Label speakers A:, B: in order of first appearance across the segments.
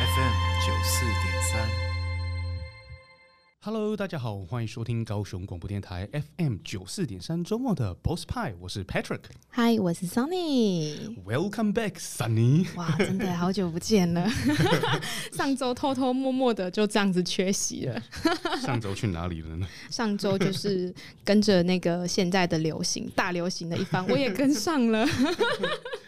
A: FM 九四点三。
B: Hello，大家好，欢迎收听高雄广播电台 FM 九四点三周末的 Boss Pie，我是 Patrick。
C: 嗨，我是 Sunny。
B: Welcome back, Sunny。
C: 哇，真的好久不见 了！上周偷偷摸摸的就这样子缺席了。
B: 上周去哪里了呢？
C: 上周就是跟着那个现在的流行大流行的一方，我也跟上 了。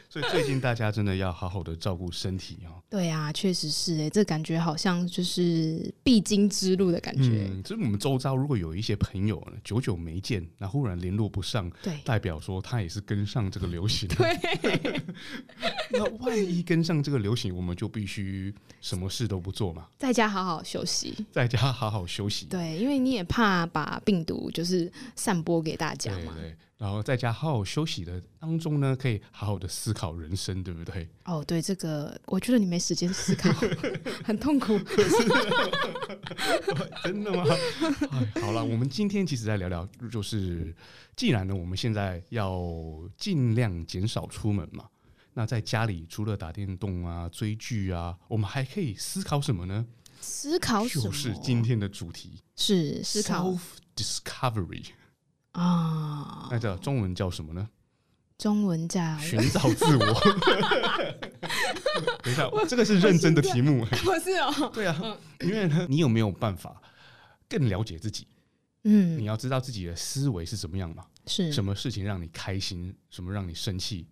B: 所以最近大家真的要好好的照顾身体哦。
C: 对啊，确实是哎、这感觉好像就是必经之路的感觉。
B: 嗯，就是我们周遭如果有一些朋友呢，久久没见，那忽然联络不上，
C: 对
B: 代表说他也是跟上这个流行。对， 那万一跟上这个流行，我们就必须什么事都不做嘛，
C: 在家好好休息。
B: 在家好好休息。
C: 对，因为你也怕把病毒就是散播给大家嘛。
B: 对对，然后在家好好休息的当中呢，可以好好的思考人生，对不对？
C: 哦，对，这个我觉得你没时间思考，很痛苦。
B: 真的吗？ 哎好了，我们今天其实在聊聊，就是既然呢，我们现在要尽量减少出门嘛，那在家里除了打电动啊、追剧啊，我们还可以思考什么呢？
C: 思考什么？
B: 就是今天的主题
C: 是思考哦
B: self discovery，
C: 啊、
B: 那叫中文叫什么呢？
C: 中文叫
B: 寻找自我。 等一下，这个是认真的题目。
C: 不是哦，
B: 对啊，因为呢，你有没有办法更了解自己？你
C: 嗯，
B: 要知道自己的思维是怎么样嘛？
C: 是
B: 什么事情让你开心？什么让你生气？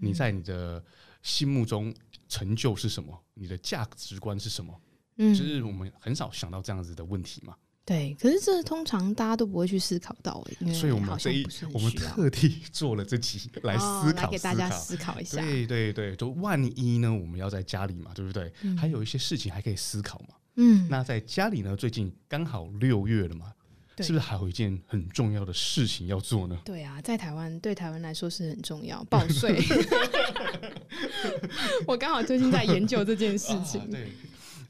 C: 嗯
B: 你在你的心目中成就是什么？你的价值观是什么？
C: 嗯
B: 就，是我们很少想到这样子的问题嘛。
C: 对。可是这通常大家都不会去思考到欸，因为
B: 所以我们
C: 好
B: 这
C: 像
B: 一
C: 不是很
B: 我们
C: 需要
B: 特地 做了这集来思
C: 哦
B: 考，
C: 来给大家
B: 思考。
C: 思考一下。
B: 对对对，就万一呢，我们要在家里嘛，对不对？还有一些事情还可以思考嘛。
C: 嗯，
B: 那在家里呢，最近刚好六月了嘛，
C: 对
B: 是不是还有一件很重要的事情要做呢？
C: 对啊，在台湾对台湾来说是很重要，报税。我刚好最近在研究这件事情
B: 啊，对。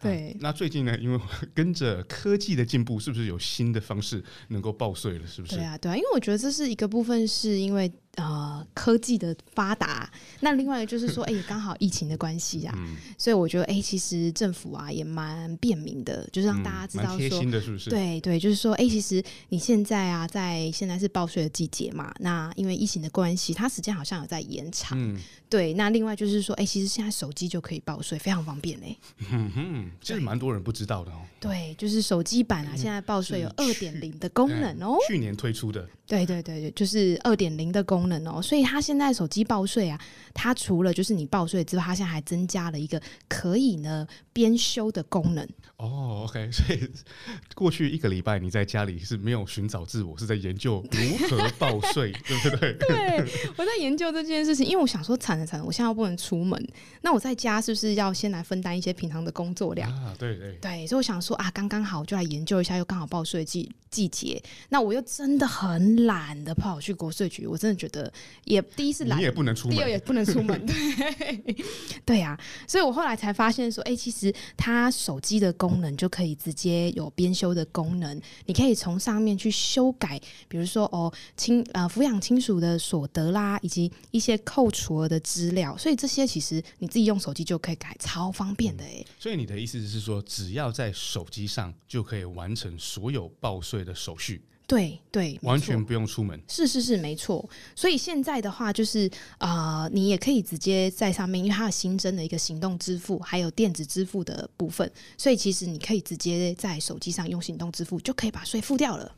C: 对
B: 啊那最近呢，因为跟着科技的进步，是不是有新的方式能够报税了？是不是？
C: 对啊，对啊，因为我觉得这是一个部分，是因为呃科技的发达，那另外一个就是 说，哎、也刚好疫情的关系啊，
B: 嗯
C: 所以我觉得，哎、其实政府啊也蛮便民的，就是让大家知
B: 嗯蛮
C: 道
B: 贴
C: 说。
B: 心的，是不是？
C: 对对，就是说，哎、其实你现在啊，在现在是报税的季节嘛，那因为疫情的关系，它时间好像有在延长。
B: 嗯
C: 对，那另外就是说，哎、其实现在手机就可以报税，非常方便嘞、
B: 嗯哼，其实蛮多人不知道的哦。
C: 对，就是手机版啊，现在报税有二
B: 嗯是
C: 点零的功能哦、
B: 嗯去年推出的，
C: 对对对对，就是二点零的功能哦，所以它现在手机报税啊，它除了就是你报税之外，它现在还增加了一个可以呢编修的功能。
B: 哦，OK，所以 过去一个礼拜你在家里是没有寻找自我，是在研究如何报 税，对不对？
C: 对， 我在研究这件事情，因为我想说惨了惨了，我现在又不能出门，那我在家是不是要先来分担一些平常的工作 量？
B: 啊，对对，
C: 对，所以我想说啊，刚刚好就来研究一下，又刚好报税季季节，那我又真的很懒得跑去国税局，我真的觉得也第一是懒
B: 你，也不能出
C: 第二
B: 门，
C: 也不能 出门，对，对啊，所以我后来才发现说，哎、其实它手机的功能就可以直接有编修的功能，你可以从上面去修改，比如说哦亲呃抚养亲属的所得啦，以及一些扣除额的资料，所以这些其实你自己用手机就可以改，超方便的哎、
B: 所以你的意思是说，只要在手机上就可以完成所有报税的手续，
C: 对对，没
B: 完
C: 错
B: 全不用出门。
C: 是是是，没错。所以现在的话，就是呃，你也可以直接在上面，因为它有新增的一个行动支付，还有电子支付的部分，所以其实你可以直接在手机上用行动支付，就可以把税付掉了。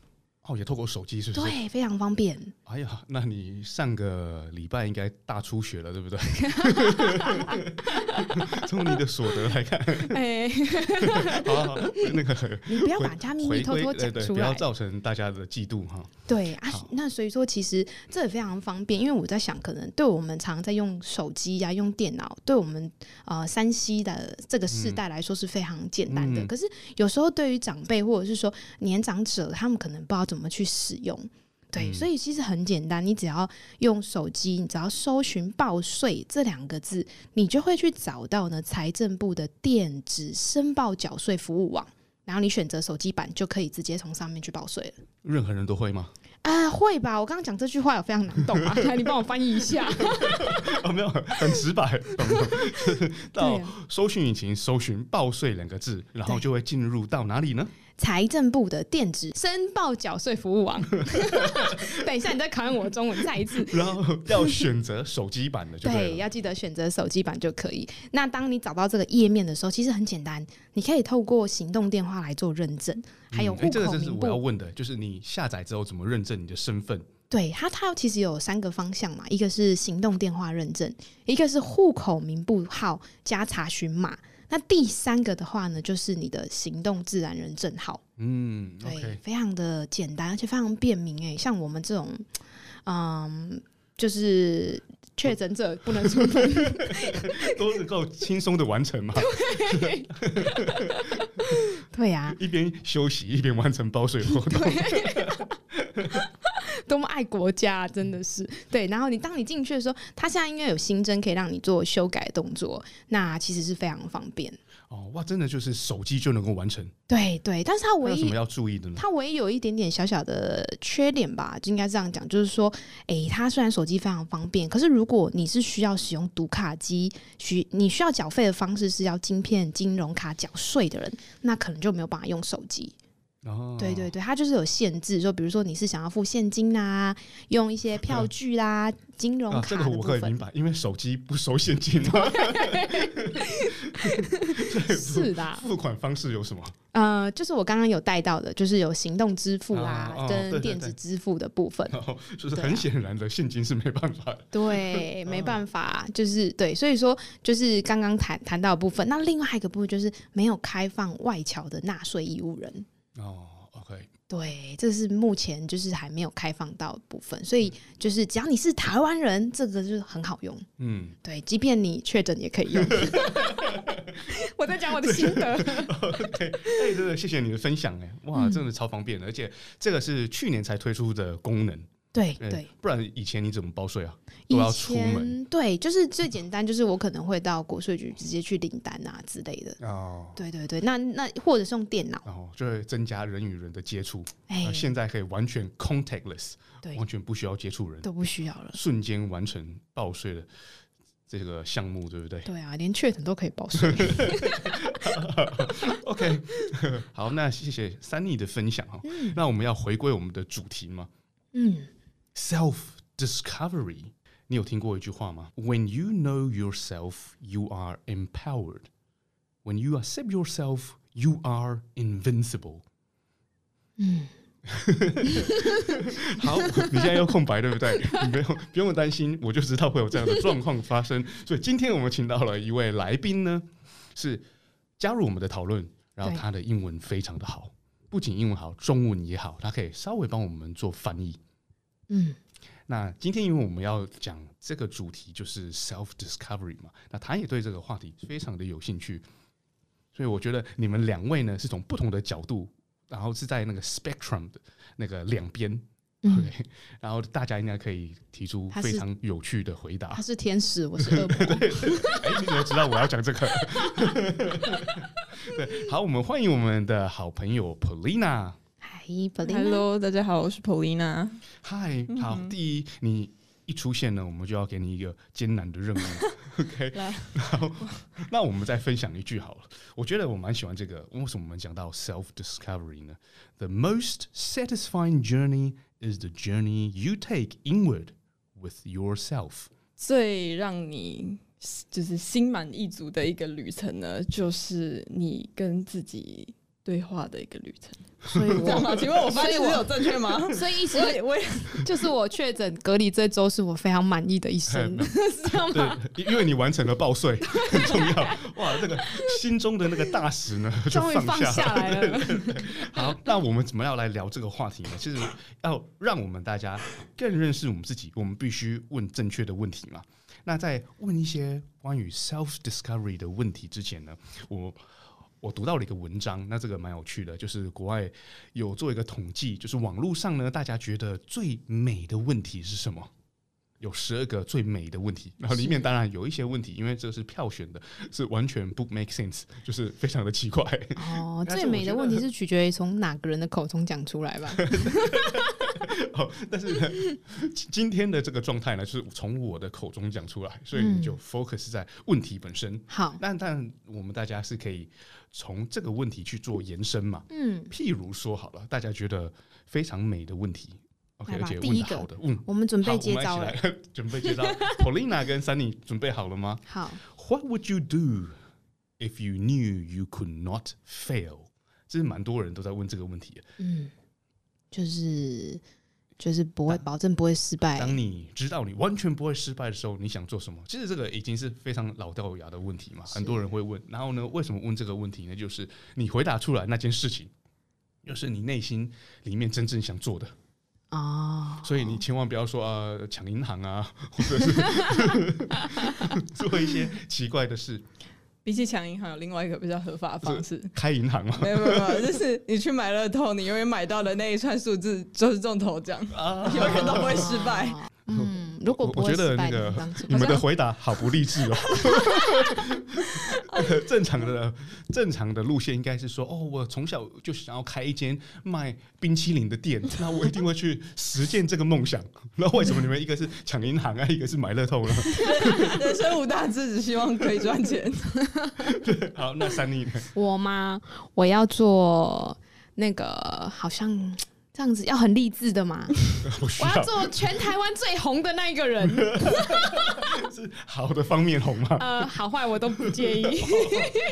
B: 哦，也透过手机是不是？
C: 对，非常方 便。
B: 哎呀，那你上个礼拜应该大出血了，对不 对？从你的所得来看，
C: 哎、
B: 好好好那个
C: 你不要把人家秘密
B: 回
C: 偷
B: 归，
C: 偷
B: 对
C: 讲
B: 对，
C: 出
B: 不要
C: 来。
B: 造成大家的嫉妒哈。
C: 对啊
B: 好，
C: 那所以说其实这也非常方便，因为我在想，可能对我们常在用手机呀、用电脑，对我们呃山西的这个世代来说是非常简单的。
B: 嗯
C: 可是有时候对于长辈或者是说年长者，他们可能不知道怎么去使用。对，
B: 嗯
C: 所以其实很简单，你只要用手机，你只要搜寻“报税”这两个字，你就会去找到呢财政部的电子申报缴税服务网，然后你选择手机版就可以直接从上面去报税了。
B: 任何人都会吗？
C: 啊、会吧？我刚刚讲这句话有非常难懂啊， 来你帮我翻译一下。
B: 哦，没有，很直白，懂懂 就是
C: 对
B: 到
C: 啊
B: 搜寻引擎搜寻“报税”两个字，然后
C: 对
B: 就会进入到哪里呢？
C: 财政部的电子申报缴税服务网。 等一下，你再考验我中文，再一 次。
B: 然后要选择手机版的就
C: 对，
B: 对了。嗯
C: 要记得选择手机版就可以。那当你找到这个页面的时候，其实很简单，你可以透过行动电话来做认证，还有
B: 嗯
C: 户
B: 哎这个
C: 口
B: 就是
C: 名
B: 我要
C: 簿。
B: 问的，就是你下载之后怎么认证你的身份？
C: 对它，它其实有三个方向嘛，一个是行动电话认证，一个是户口名簿号加查询码，那第三个的话呢，就是你的行动自然人证号。
B: 嗯
C: 对
B: ，OK，
C: 非常的简单，而且非常便民诶、像我们这种，嗯，就是确诊者不能出门，
B: 都能够轻松的完成嘛，
C: 对呀、
B: 一边休息一边完成包税活动。
C: 多么爱国家啊、真的是对。然后你当你进去的时候，它现在应该有新增可以让你做修改动作，那其实是非常方便。
B: 哦，哇，真的就是手机就能够完成，
C: 对对，但是它
B: 那
C: 唯
B: 有什
C: 一
B: 么要注意的呢？
C: 它唯一有一点点小小的缺点吧，就应该这样讲，就是说，诶、它虽然手机非常方便，可是如果你是需要使用读卡机，需你需要缴费的方式是要晶片金融卡缴税的人，那可能就没有办法用手机。
B: 哦，
C: 对对对，它就是有限制，说比如说你是想要付现金啦、用一些票据啦、金融
B: 嗯啊，
C: 卡
B: 这
C: 的
B: 个
C: 部
B: 我可以
C: 分，
B: 明白，因为手机不收现 金嘛。
C: 是的啊。
B: 付款方式有什 么？
C: 呃，就是我刚刚有带到的，就是有行动支付啦，
B: 哦哦对对
C: 跟电子
B: 对
C: 支付的部分。
B: 然后哦就是
C: 对啊
B: 很显然的，现金是没办法的。
C: 对，没办法，就是对，所以说就是刚刚谈谈到的部分。那另外一个部分就是没有开放外侨的纳税义务人，
B: 哦，OK，
C: 对，这是目前就是还没有开放到的部分。所以就是只要你是台湾人，这个就是很好用。
B: 嗯，
C: 对，即便你确诊也可 以用。我在讲我的心得，
B: 对，哎，真的谢谢你的分享，哎，哇，
C: 嗯
B: 真的超方便的，而且这个是去年才推出的功能，
C: 对
B: 哎
C: 对，，
B: 不然以前你怎么报税啊？
C: 以
B: 都要出门
C: 前对，就是最简单，就是我可能会到国税局直接去领单啊之类的。
B: 哦，
C: 对对对，那那或者是用电脑，
B: 然后就会增加人与人的接触，
C: 哎、
B: 呃现在可以完全 contactless，
C: 对
B: 完全不需要接触人，
C: 都不需要了。
B: 瞬间完成报税的这个项目，对不对？
C: 对啊，连确诊都可以报税。
B: OK，好，那谢谢三妮的分享哈、那我们要回归我们的主题嘛
C: 嗯，
B: ，self discovery。你有听过一句话吗？When you know yourself, you are empowered. When you accept yourself, you are invincible.
C: 嗯，
B: 好，你现在又空白，对不对？你不用不用担心，我就知道会有这样的状况发生。所以今天我们请到了一位来宾呢，是加入我们的讨论，然后
C: 对
B: 他的英文非常的好，不仅英文好，中文也好，他可以稍微帮我们做翻译。
C: 嗯，
B: 那今天因为我们要讲这个主题就是 self discovery 嘛，那他也对这个话题非常的有兴趣，所以我觉得你们两位呢是从不同的角度，然后是在那个 spectrum 的那个两边。
C: 嗯
B: OK，然后大家应该可以提出
C: 他
B: 非
C: 是
B: 常有趣的回答
C: 他。是天使，我是恶 魔。
B: 哎，你怎么知道我要讲这个？对，好，我们欢迎我们的好朋友 Polina。
C: 嗨 b e l i n
D: Hello，大家好，我是 Polina。
B: 嗨，
C: 嗯
B: 好，第一，你一出现呢，我们就要给你一个艰难的任务。OK，
D: 来，
B: 然后那我们再分享一句好了。我觉得我蛮喜欢这个，为什么我们讲到 self discovery 呢？The most satisfying journey is the journey you take inward with yourself。
D: 最让你就是心满意足的一个旅程呢，就是你跟自己对话的一个旅程。
C: 所以
D: 这样吗？
C: 我，
D: 请问我发言
C: 所以我
D: 是有正确 吗？
C: 所以一直
D: 我也我也
C: 就是我确诊隔离这周是我非常满意的一生，
B: 哎
C: 是这样吗？
B: 对，因因为你完成了报税，很重要。哇，这个心中的那个大石呢，就
C: 终于放
B: 下
C: 下来了。
B: 好，那我们怎么样来聊这个话题呢？就是要让我们大家更认识我们自己，我们必须问正确的问题嘛。那在问一些关于 self discovery 的问题之前呢，我我读到了一个文章，那这个蛮有趣的，就是国外有做一个统计，就是网络上呢，大家觉得最美的问题是什么？有十二个最美的问题，然后啊里面当然有一些问题，因为这是票选的，是完全不 make sense，就是非常的奇怪。
C: 哦，
B: 但是
C: 最
B: 我
C: 美
B: 觉
C: 的
B: 得
C: 问题是取决于从哪个人的口中讲出来吧。
B: 哦，但是呢，今今天的这个状态呢，是从我的口中讲出来，所以
C: 嗯
B: 你就 focus 在问题本身。
C: 好，
B: 那但我们大家是可以从这个问题去做延伸嘛？
C: 嗯，
B: 譬如说好了，大家觉得非常美的问题，OK，
C: 来
B: 而
C: 吧
B: 且
C: 第
B: 问
C: 一
B: 的
C: 个
B: 好的，嗯，
C: 我们准
B: 好
C: 备接招
B: 我
C: 了
B: 们。一起来 准备接招。Polina 跟 Sunny 准备好了吗
C: 好，
B: ？What would you do if you knew you could not fail？这是蛮多人都在问这个问题的。
C: 嗯，就是就是不会保证不会失败。
B: 当你知道你完全不会失败的时候，你想做什么？其实这个已经是非常老掉牙的问题嘛，很多人会问。然后呢，为什么问这个问题呢？就是你回答出来那件事情，又是你内心里面真正想做的，
C: 哦，
B: 所以你千万不要说呃抢银行啊，或者是 做一些奇怪的事，
D: 比起抢银行，有另外一个比较合法的方式。
B: 开银行嘛。啊
D: 没有没有，没有就是你去买乐透，你永远买到的那一串数字就是中头 奖，
B: 啊，
D: 永远都不会失败。
C: 哦。 嗯，如果不
B: 我觉
C: 会
B: 得
C: 失败
B: 那
C: 的
B: 个
C: 当中，
B: 你们的回答好不励志哦。 正常的正常的路线应该是说，哦，我从小就想要开一间卖冰淇淋的店，那我一定会去实践这个梦想。那为什么你们一个是抢银行啊，一个是买乐透呢？
D: 人生五大志，只希望可以赚钱。
B: 好，那三妮呢，
C: 我吗？我要做那个好像这样子，要很励志 的嘛。
B: 不需
C: 我要
B: 要
C: 做全台湾最红的那一个 人，
B: 是好的方面红嘛？
C: 呃，好坏我都不介意。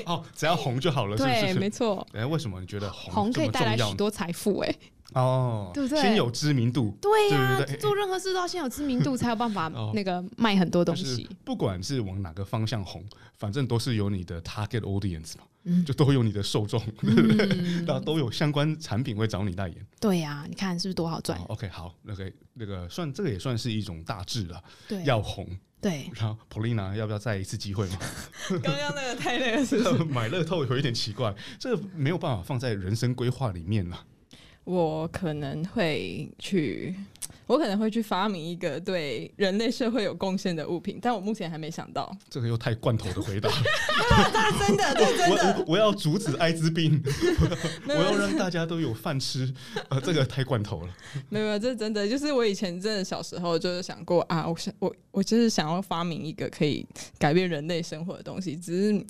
B: 哦，只要红 就好了，是
C: 对，
B: 不
C: 没
B: 是？
C: 错，
B: 哎，为什么你觉得红
C: 红可以
B: 这
C: 带
B: 么
C: 来
B: 重要
C: 许
B: 呢？
C: 多财富，哎，
B: 哦，
C: 对不对
B: 先有知名度，
C: 对呀、
B: 对对对
C: 做任何事都要先有知名度，才有办法
B: 哦
C: 那个卖很多东
B: 就是
C: 西。
B: 不管是往哪个方向红，反正都是有你的 target audience 嘛，
C: 嗯
B: 就都有你的受众，
C: 嗯，
B: 那、都有相关产品会找你代言。
C: 对呀、你看是不是多好赚
B: 好？OK，好，OK，那个算这个也算是一种大致了，
C: 对，
B: 要红。
C: 对，
B: 然后 Polina 要不要再一次机会嘛？
D: 刚刚那个太那个是不是？
B: 买乐透有一点奇怪，这没有办法放在人生规划里面了。
D: 我可能会去，我可能会去发明一个对人类社会有贡献的物品，但我目前还没想到。
B: 这个又太罐头的回 答，
D: 真的，这真
B: 我
D: 的
B: 我我要阻止艾滋 病，我
D: 没有
B: 要让大家都有饭吃，呃，这个太罐头 了。
D: 没有没有，这真的就是我以前真的小时候就是想过啊，我想我我就是想要发明一个可以改变人类生活的东西，只是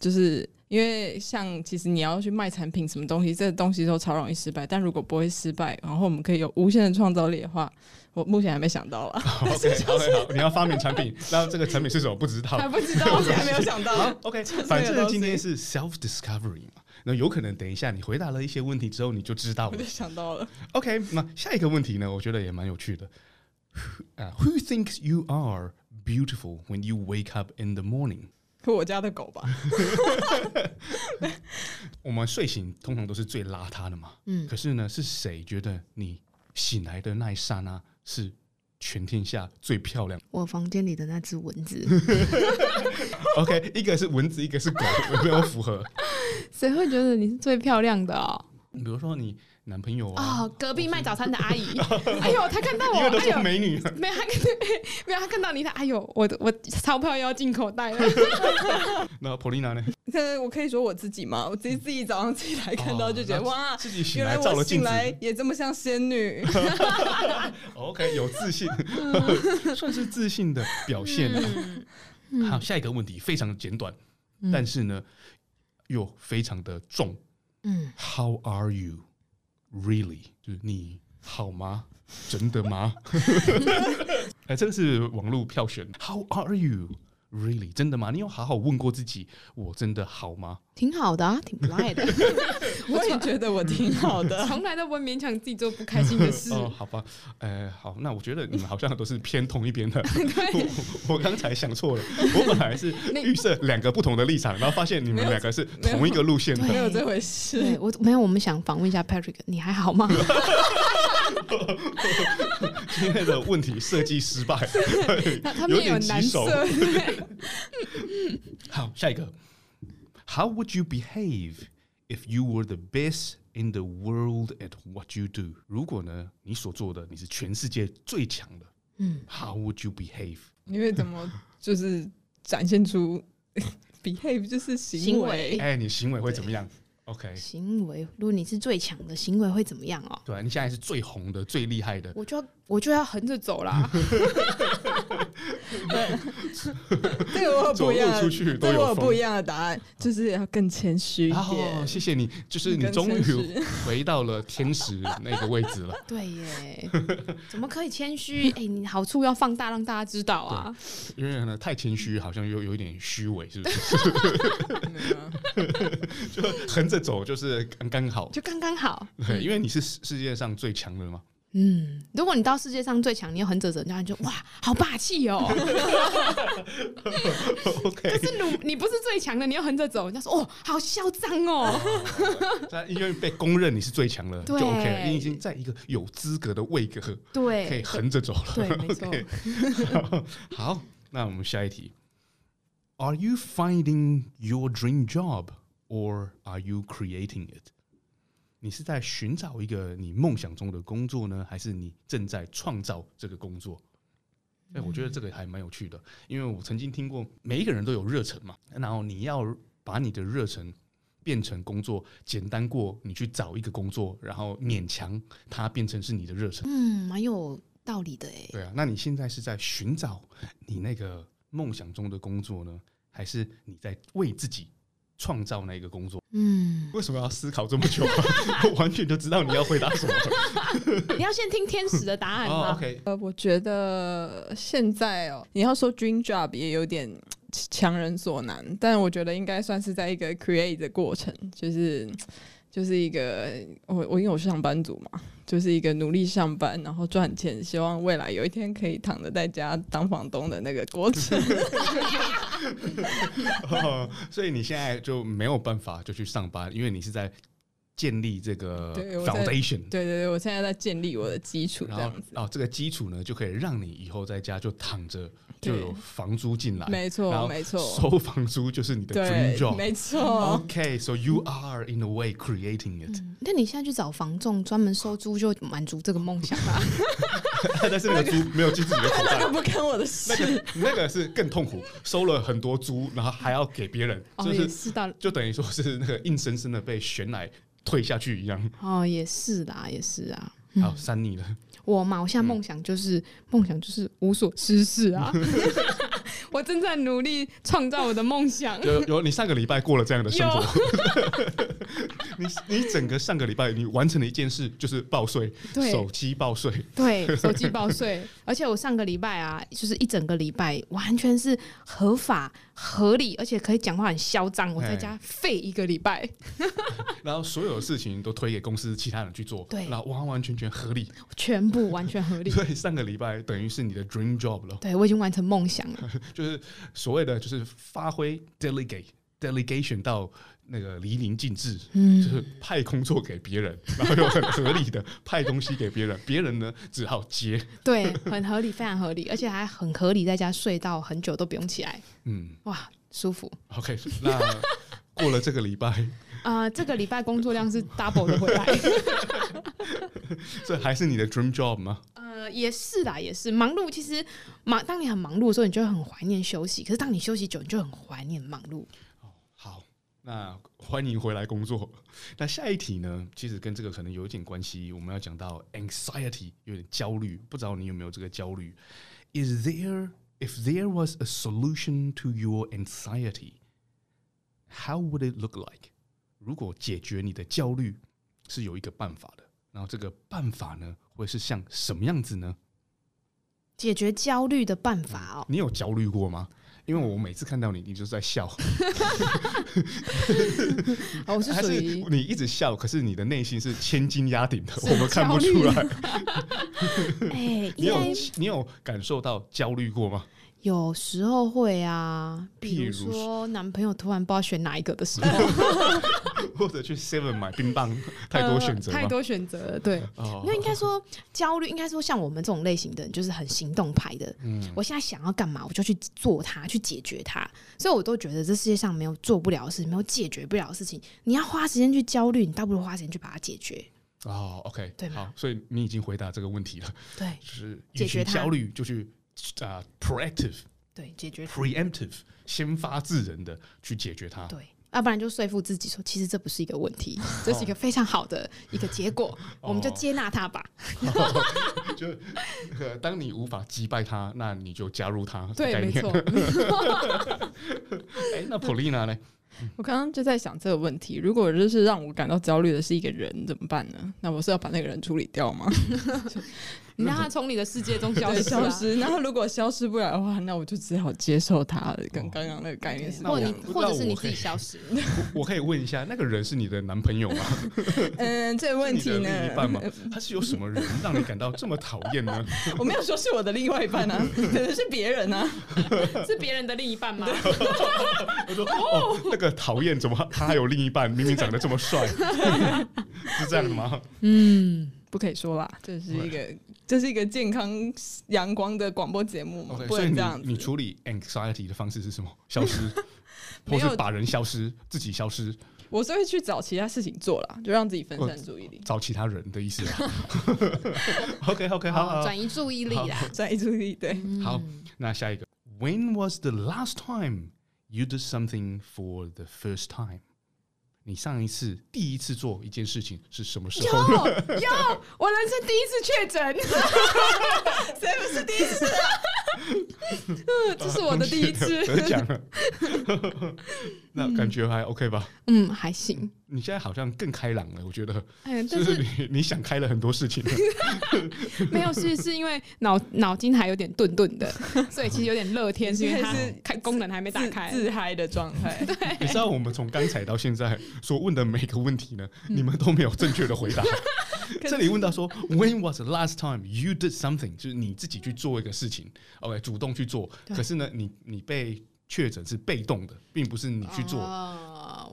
D: 就是因为像其实你要去卖产品什么东西，这东西都超容易失败，但如果不会失败，然后我们可以有无限的创造力的话，我目前还没想到啦，
B: 好 OK，好，好，你要发明产品，那这个产品是什么？不知道，
D: 还不知道，目前还没有想到。
B: OK，
D: 就是
B: 反
D: 这个
B: 正
D: 东西
B: 今天是 self discovery 嘛，那有可能等一下你回答了一些问题之后你就知道
D: 我
B: 了
D: 就。想到了，
B: OK，那下一个问题呢，我觉得也蛮有趣的。啊、w h o thinks you are beautiful when you wake up in the morning？
D: 可 我家的狗吧，
B: 我们睡醒通常都是最邋遢的嘛，
C: 嗯
B: 可是呢，是谁觉得你醒来的那一刹那是全天下最漂亮的
C: 我房间里的那只蚊子，
B: ？OK，一 个是蚊子，一个是狗，有没有符合？
C: 谁会觉得你是最漂亮的哦？
B: 比如说你男朋友啊，
C: 哦，隔壁卖早餐的 阿姨，哎呦，她看到我，
B: 因为都
C: 哎
B: 是
C: 呦，
B: 美女。
C: 没有，她看到， 没有，她看到你，她哎呦，我的我钞票要进口袋了，
B: 那 Polina 呢？
D: 可能我可以说我自己嘛，我自己自己早上起来看到就觉得、
B: 哦
D: 哇，
B: 自己醒
D: 原
B: 来
D: 来
B: 照
D: 我
B: 了镜
D: 醒
B: 子
D: 来也这么像仙女。
B: ，OK，有自信，
D: 嗯
B: 算是自信的表现。
C: 嗯
B: 好，下一个问题非常简短，
D: 嗯
B: 但是呢又非常的重。
C: 嗯，
B: How are you really？就是你好吗？真的吗？ 哎，这个是网络票选。How are you really？真的吗？你有好好问过自己，我真的好吗？
C: 挺好的啊，挺不赖 的，
D: 我也觉得我挺好 的。
C: 从来都不会勉强自己做不开心的事。
B: 哦，好吧，呃，好，那我觉得你们好像都是偏同一边 的。我我刚才想错了，我本来是
C: 那
B: 预设两个不同的立场，然后发现你们两个是同一个路线
C: 没
B: 的。
D: 没
C: 有
D: 有
C: 这
D: 这回
C: 对
D: 事，
C: 我没有，我们想访问一下 Patrick，你还好 吗？
B: 今 天的问题设计失败，
C: 他他
B: 有
C: 们也
B: 点
C: 有难
B: 棘手
C: 色，对
B: 好，下一个。 How would you behave if you were the best in the world at what you do？如果呢，你所做的你是全世界最强的，嗯，How would you behave？
D: 你会怎么就是展现出 behave 就是行
C: 行
D: 为？
C: 为
B: 哎、你行为会怎么样？OK，
C: 行为，如果你是最强的，行为会怎么样哦？
B: 对啊，你现在是最红的、最厉害的，
C: 我就要我就要横着 走啦，
D: 这个我有不一样的，
B: 走路出去都
D: 这
B: 有
D: 个我有
B: 风
D: 不一样的答案，就是要更谦虚一
B: 哦，
D: 点。
B: 谢谢你，就是你
D: 跟
B: 终
D: 诚
B: 于
D: 实
B: 回到了天使那个位置了。
C: 对耶，怎么可以谦虚？ 哎、你好处要放大，让大家知道啊。
B: 因为呢，太谦虚好像又有一点虚伪，是不是？
D: 没有啊
B: 就横着走就是刚刚好。
C: 就刚刚好。
B: 对，因为你是世世界上最强的嘛。
C: 嗯，如果你到世界上最强，你又横着走，人家就哇，好霸气哦。可
B: OK，
C: 是你你不是最强的，你又横着走，人家说哦，好嚣张哦。
B: 那因为被公认你是最强的，就
C: 对
B: OK 了。你已经在一个有资格的位格，可以
C: 对，
B: 横着走了。
C: 对，没错。
B: 好，那我们下一题。Are you finding your dream job, or are you creating it？你是在寻找一个你梦想中的工作呢，还是你正在创造这个工作？哎、我觉得这个还蛮有趣的，因为我曾经听过，每一个人都有热忱嘛，然后你要把你的热忱变成工作，简单过你去找一个工作，然后勉强它变成是你的热忱。
C: 嗯，蛮有道理的哎。
B: 对啊，那你现在是在寻找你那个梦想中的工作呢，还是你在为自己创造那个工作？
C: 嗯，
B: 为什么要思考这么久、啊？ 我完全就知道你要回答什么。
C: 你要先听天使的答 案
B: 哦
C: 吗？
B: ，OK，
D: 呃，我觉得现在哦，你要说 dream job 也有点强人所难，但我觉得应该算是在一个 create 的过程，就是就是一个我我因为我是上班族嘛，就是一个努力上班，然后赚钱，希望未来有一天可以躺着在家当房东的那个 过程。
B: 哦所以你现在就没有办法就去上班，因为你是在建立这个
D: 对我在
B: foundation。
D: 对对对，我现在在建立我的基础，这
B: 然
D: 样
B: 后
D: 子。
B: 哦，这个基础呢，就可以让你以后在家就躺着就
D: 对
B: 有房租进来，
D: 没
B: 然后
D: 错，没错，
B: 收房租就是你的 dream
D: 对
B: job，。
D: 没错，
B: OK，so、you are in a way creating it，、
C: 嗯那你现在去找房仲，专门收租就满足这个梦想啊 啦。
B: 但是那个租没有进自己的口
D: 那
B: 袋
D: 个，不干我的事
B: 那。 个那个是更痛苦，收了很多租，然后还要给别人，
C: 哦，
B: 就
C: 也
B: 是
C: 是道理。
B: 就等于说是那个硬生生的被悬来退下去一样。
C: 哦，也是啦，也是啊。
B: 好，删你了，
C: 我嘛，我现在梦想就是、
B: 嗯
C: 梦想就是无所事事啊。 我正在努力创造我的梦想。
B: 有有，你上个礼拜过了这样的生活
C: 有，
B: 你你整个上个礼拜你完成了一件事，就是报税，
C: 对
B: 手机报税，
C: 对，手机报税，而且我上个礼拜啊，就是一整个礼拜完全是合法、合理，而且可以讲话很嚣张。我在家废一个礼拜，
B: 然后所有事情都推给公司其他人去做，
C: 对
B: 然后完完全全合理。
C: 全部完 全合理。
B: 所以上个礼拜等于是你的 dream job 了。
C: 对我已经完成梦想了。
B: 就是所谓的就是发挥 delegate delegation 到那个淋漓尽致，就是派工作给别人， 然后又很合理的派东西给别人，别人呢只好接。
C: 对，很合理，非常合理，而且还很合理，在家睡到很久都不用起来，
B: 嗯
C: 哇，舒服。
B: ，OK，那过了这个礼拜，
C: 啊、这个礼拜工作量是 double 的回来。
B: 这还是你的 dream job 吗？
C: 呃，也是啦，也是忙碌。其实忙，当你很忙碌的时候，你就会很怀念休息；可是当你休息久，你就很怀念忙碌。
B: 好。那欢迎回来工作。那下一题呢？其实跟这个可能有一点关系。我们要讲到 anxiety，有点焦虑。不知道你有没有这个焦虑？Is there if there was a solution to your anxiety, how would it look like？如果解决你的焦虑是有一个办法的，然后这个办法呢，会是像什么样子呢？
C: 解决焦虑的办法哦，
B: 你有焦虑过吗？因为我每次看到你，你就是在笑，
C: 哦我是
B: 还
C: 属
B: 是
C: 于
B: 你一直笑，可是你的内心是千斤压顶的，
C: 是
B: 我们看不
C: 焦虑
B: 出来。
C: 哎，
B: 你
C: 应
B: 有
C: 该
B: 你有感受到焦虑过吗？
C: 有时候会啊，比
B: 譬
C: 如
B: 如
C: 说男朋友突然不知道选哪一个的时候，
B: 或者去 Seven 买冰棒，太多选择
C: 呃太
B: 了。
C: 多选择了，对。
B: 哦
C: 那应该说焦虑，应该说像我们这种类型的人，就是很行动派的。
B: 嗯，
C: 我现在想要干嘛，我就去做它，去解决它。所以我都觉得这世界上没有做不了的事情，没有解决不了的事情。你要花时间去焦虑，你倒不如花时间去把它解决。
B: 哦，OK，
C: 对吗
B: 好，所以你已经回答这个问题了，
C: 对
B: 就是
C: 解
B: 与
C: 决
B: 其
C: 它
B: 焦虑，就去啊 proactive
C: 对，解决
B: preemptive 先发制人的去解决它。
C: 对，要不然就说服自己说，其实这不是一个问题，这是一个非常好的一个 结果，
B: 哦
C: 我们就接纳它吧。
B: 就、呃当你无法击败它，那你就加入它的
D: 对，
B: 概
D: 没
B: 念。
D: 错。
B: 哎、那 Polina 呢？
D: 我刚刚就在想这个问题，如果就是让我感到焦虑的是一个人，怎么办呢？那我是要把那个人处理掉吗？
C: 你让它从你的世界中消
D: 对
C: 失、啊，
D: 消失。然后如果消失不了的话，那我就只好接受它了，跟刚哎刚那个概念是一
C: 或
D: 样
C: 你
D: 的。
C: 或者是你自己消失。
B: 我我可以问一下，那个人是你的男朋友吗？
D: 嗯，这个问
B: 是
D: 题
B: 你的另一半吗
D: 呢，？
B: 他是有什么人让你感到这么讨厌呢？
D: 我没有说是我的另外一半 啊，可能是别人啊。
C: 是别人的另一半吗？
B: 我说哦，那个讨厌怎么他还有另一半？明明长得这么帅， 是这样的吗？
C: 嗯，
D: 不可以说啦，这是一个这是一个健康阳光的广播节目嘛
B: OK，
D: 不
B: 所以
D: 能这样
B: 你
D: 子。
B: 你处理 anxiety 的方式是什么？消 失，或
D: 没有
B: 是把人消失，自己消失，
D: 我是会去找其他事情做啦，就让自己分散注意力，
B: 找其他人的意思吗 ？OK OK，好，好
C: 好，转移注意力啊嗯啦。
D: 转移注意力。对，
B: 好，那下一个，When was the last time you did something for the first time？你上一次第一次做一件事情是什么时候？
C: 哟，我人生第一次确诊，
D: 谁不是第一次啊？嗯，这是我的第 一次。
B: 得奖了， 那感觉还 OK 吧？
C: 嗯，还行。
B: 你现在好像更开朗了，我觉得，
C: 哎，但
B: 就是
C: 是
B: 你你想开了很多事 情了。
C: 没有是是因为脑脑筋还有点钝钝的，所以其实有点乐天，是因为它
D: 你现在是
C: 开功能还没打开。
D: 自自嗨的状态。
B: 你知道我们从刚才到现在所问的每个问题呢，
D: 嗯
B: 你们都没有正确的回 答。这里问到说，When was the last time you did something？就是你自己去做一个事情，OK，主动去做。
C: 对
B: 可是呢，你你被确诊是被动的，并不是你去做。
C: 哦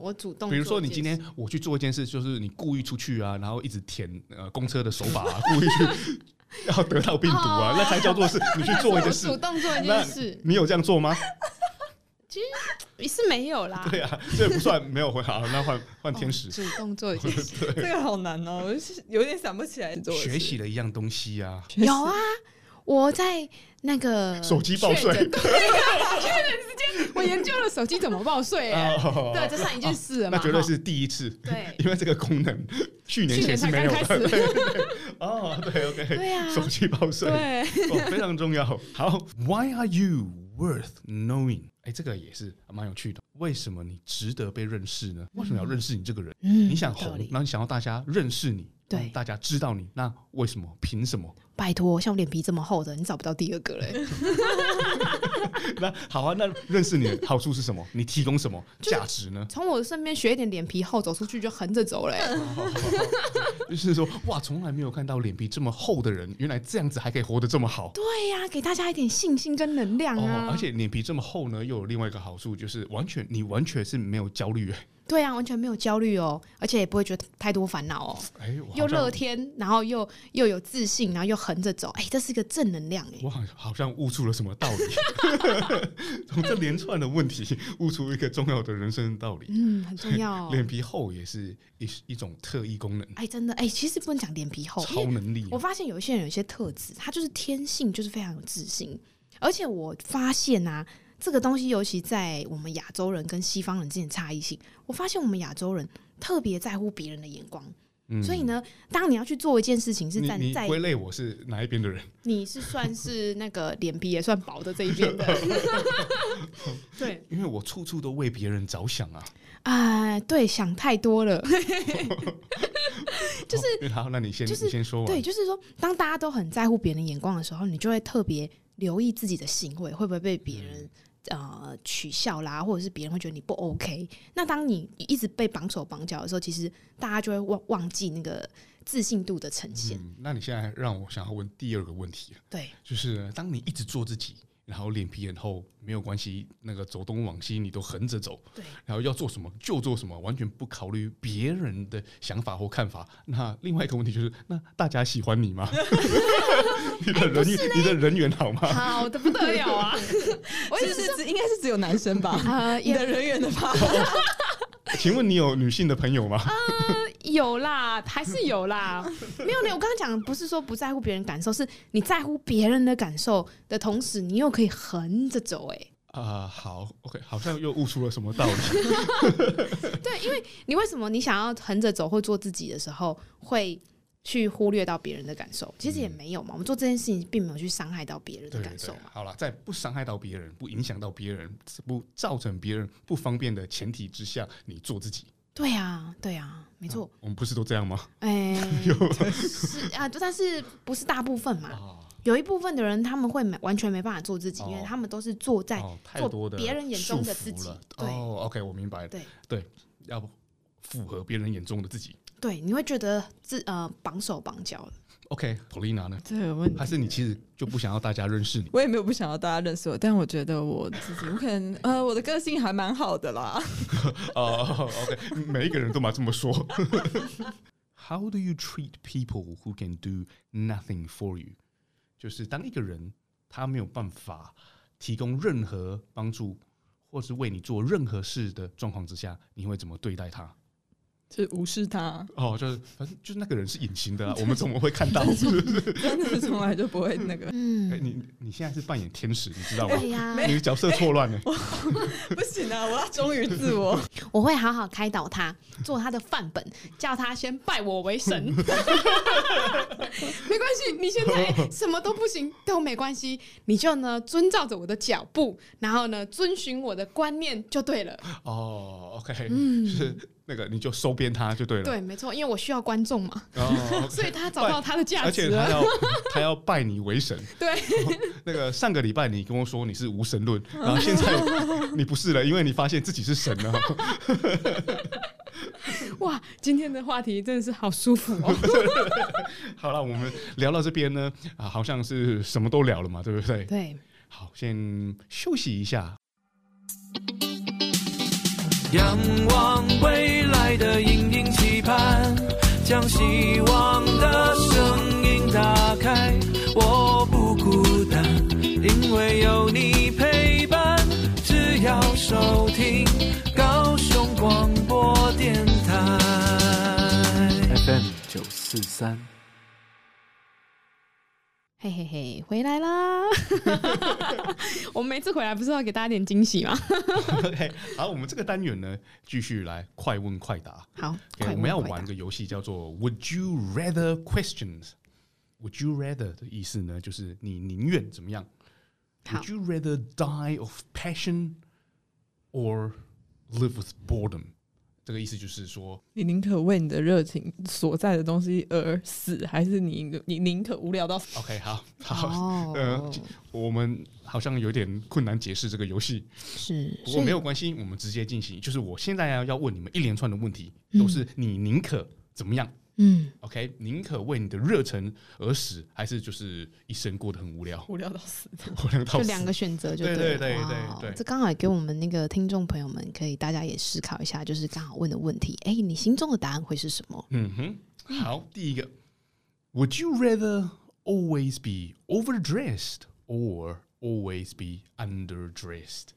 C: 我主动做这件事。
B: 比如说，你今天我去做一件事，就是你故意出去啊，然后一直舔呃公车的手把、 啊，故意去要得到病毒
C: 哦
B: 啊，那才叫做是你去做一件
C: 我
B: 事
C: 主。动做一
B: 那
C: 件事，
B: 你有这样做吗？
C: 也是没有啦。
B: 对啊，这不算没有回答。那换换天使，
C: 主动做一件事，
D: 这个好难哦，我是有点想不起来做的事
B: 学习了一样东西啊，
C: 有啊，我在那个
B: 手机报税
C: 呃确诊对啊确诊之间，我研究了手机怎么报税、哎
B: 哦
C: 对，这算一件事了嘛，
B: 那绝对
C: 哈
B: 是第一次，
C: 对。
B: 因为这个功能去年前是
C: 去年才
B: 没
C: 刚
B: 有
C: 开
B: 的。
C: 始，
B: 哦，对，OK，
C: 对啊，
B: 手机报税，
C: 对，
B: 哦，非常重要。好，Why are you worth knowing？哎，这个也是蛮有趣的。为什么你值得被认识呢？为什么要认识你这个人？
C: 嗯
B: 你想
C: 有道
B: 红，
C: 理
B: 然后你想要大家认识你，
C: 对
B: 让大家知道你，那为什么？凭什么？
C: 拜托，像我脸皮这么厚的，你找不到第二个
B: 嗯
C: 嘞。
B: 那 好啊，那认识你的好处是什么？ 你提供什么价值 呢？
C: 从我身边学一点脸皮厚，走出去就横着走嘞。
B: 嗯就是说，哇，从来没有看到脸皮这么厚的人，原来这样子还可以活得这么好。
C: 对呀、给大家一点信心跟能量啊。
B: 哦，而且脸皮这么厚呢，又有另外一个好处，就是完全你完全是没有焦虑。哎
C: 对啊，完全没有焦虑哦，而且也不会觉得太多烦恼哦，
B: 哎，我好像
C: 又乐，天，然后又又有自信，然后又横着走，哎，这是一个正能量哎。
B: 我好好像悟出了什么道理。 从这连串的问题悟出一个重要的人生道理，
C: 嗯，很重要哦。
B: 脸皮厚也是一一种特异功能，
C: 哎，真的哎，其实不能讲脸皮厚，因
B: 超
C: 为
B: 能力。啊
C: 我发现有一些人有一些特质，他就是天性就是非常有自信，而且我发现啊，这个东西尤其在我们亚洲人跟西方人之间的差异性，我发现我们亚洲人特别在乎别人的眼光，
B: 嗯
C: 所以，呢，当你要去做一件事情，是
B: 你
C: 站
B: 你
C: 在
B: 归类我是哪一边的人？
C: 你是算是那个脸皮也算薄的这一边的， 对
B: 因为我处处都为别人着想啊。
C: 啊、对，想太多了。
B: 就是，好，那你先
C: 就是
B: 你先说完。
C: 对，就是说，当大家都很在乎别人眼光的时候，你就会特别留意自己的行为会不会被别人、呃取笑啦，或者是别人会觉得你不 OK。那当你一直被绑手绑脚的时候，其实大家就会忘忘记那个自信度的呈现。
B: 嗯嗯，那你现在让我想要问第二个问题了，
C: 对，
B: 就是当你一直做自己，然后脸皮很厚，没有关系，那个走东往西你都横着走，
C: 对，
B: 然后要做什么就做什么，完全不考虑别人的想法或看法。那另外一个问题就是，那大家喜欢你吗？ 你的
C: 哎
B: 人缘，你的人缘好吗？
C: 好的不得了 啊！我
D: 是
C: 也
D: 不
C: 是
D: 是只应该是只有男生吧？
C: 啊，
D: 你
C: 也
D: 的人缘的 吧？
C: 哎
B: 请问你有女性的朋友吗？
C: 有啦，还是有啦。 没有呢，我刚刚讲不是说不在乎别人感受，是你在乎别人的感受的同时，你又可以横着走、欸。
B: 啊、好，OK，好像又悟出了什么道理。
C: 你为什么你想要横着走或做自己的时候，会去忽略到别人的感受？其实也没有嘛，我们做这件事情并没有去伤害到别人的
B: 嗯对
C: 感
B: 对
C: 受啊
B: 对
C: 嘛。，
B: 好了，在不伤害到别人、不影响到别人、不造成别人不方便的前提之下，你做自己。
C: 对啊，对啊，没错。
B: 我们不是都这样吗？
C: 哎、是啊，但是不是大部分嘛？
B: 啊，
C: 有一部分的人他们会没完全没办法做自己，
B: 哦
C: 因为他们都是坐在
B: 哦、太
C: 做
B: 多的
C: 别人眼中的自
B: 束缚
C: 己
B: 了
C: 对
B: 哦，OK，我明白了。
C: 对
B: 对，要不符合别人眼中的自己。
C: 对，你会觉得自呃绑手绑脚的。
B: OK，Polina、呢？
D: 这个问
B: 还是你其实就不想要大家认识你？
D: 我也没有不想要大家认识我，但我觉得我自己，我可能呃，我的个性还蛮好的啦。
B: 哦、o k 每一个人都嘛这么说。How do you treat people who can do nothing for you？就是当一个人他没有办法提供任何帮助，或是为你做任何事的状况之下，你会怎么对待他？
D: 就是无视他，
B: 哦，就是反正就是那个人是隐形的、 啊，我们怎么会看到？
D: 真的是从来就不会那 个，
B: 哎
C: 嗯，
B: 你你现在是扮演天使，你知 道吗？
C: 对呀、
B: 你的角色错乱了。
D: 不行啊！我要忠于自我。
C: 我会好好开导他，做他的范本，叫他先拜我为神。 没关系，你现在什么都不行都没关系，你就呢遵照着我的脚步，然后呢遵循我的观念就对了。
B: 哦，OK，、
C: 嗯
B: 就是那个你就收编他就对了。
C: 对，没错，因为我需要观 众嘛，
B: 哦
C: 所以他找到他的价
B: 而
C: 值
B: 且他
C: 了。
B: 要他要拜你为神。
C: 对，
B: 那个上个礼拜你跟我说你是无神论，然后现在你不是了，因为你发现自己是神了。
C: 哇，今天的话题真的是好舒服 哦。
B: 好了，我们聊到这边呢，啊，好像是什么都聊了嘛，对不对？
C: 对，
B: 好，先休息一下。
A: 仰望未来的隐隐期盼，将希望的声音打开。我不孤单，因为有你陪伴。只要收听高雄广播电台 FM 九四三。
C: 嘿嘿嘿，回来啦！ 我们每次回来不是要给大家点惊喜吗？
B: OK，好，我们这个单元呢，继续来快问快答。
C: 好，
B: 对，
C: 快
B: 我们要
C: 快答
B: 玩个游戏叫做 “Would you rather questions”。Would you rather 的意思呢，就是你宁愿怎么样
C: 好
B: ？Would you rather die of passion or live with boredom？这个意思就是说，
D: 你宁可为你的热情所在的东西而死，还是你你宁可无聊到死？，
B: OK，好，好，
C: 哦，
B: 呃我们好像有点困难解释这个游戏，
C: 是，
B: 不
C: 所
B: 过
C: 以
B: 没有关系，我们直接进行。就是我现在要要问你们一连串的问题，都是你宁可怎么样？
C: 嗯，
B: OK，宁可为你的热忱而死，还是就是一生过得很无聊
D: 无聊到死，
B: 无 聊到
C: 就
B: 死
C: 两个选择就
B: 对
C: 了。
B: 对对
C: 哇哦
B: 对对
C: 这刚好也给我们那个听众朋友们可以大家也思考一下，就是刚好问的问题，哎，你心中的答案会是什么？
B: 嗯哼，好，第一个，Would you rather always be overdressed or always be underdressed？